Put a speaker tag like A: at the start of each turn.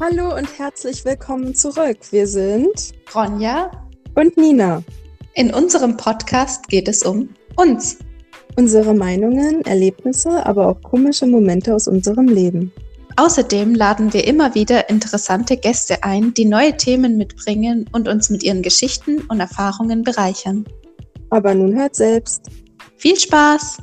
A: Hallo und herzlich willkommen zurück. Wir sind
B: Ronja,
A: und Nina.
B: in unserem Podcast geht es um uns.
A: Unsere Meinungen, Erlebnisse, aber auch komische Momente aus unserem Leben.
B: Außerdem laden wir immer wieder interessante Gäste ein, die neue Themen mitbringen und uns mit ihren Geschichten und Erfahrungen bereichern.
A: Aber nun hört selbst.
B: Viel Spaß!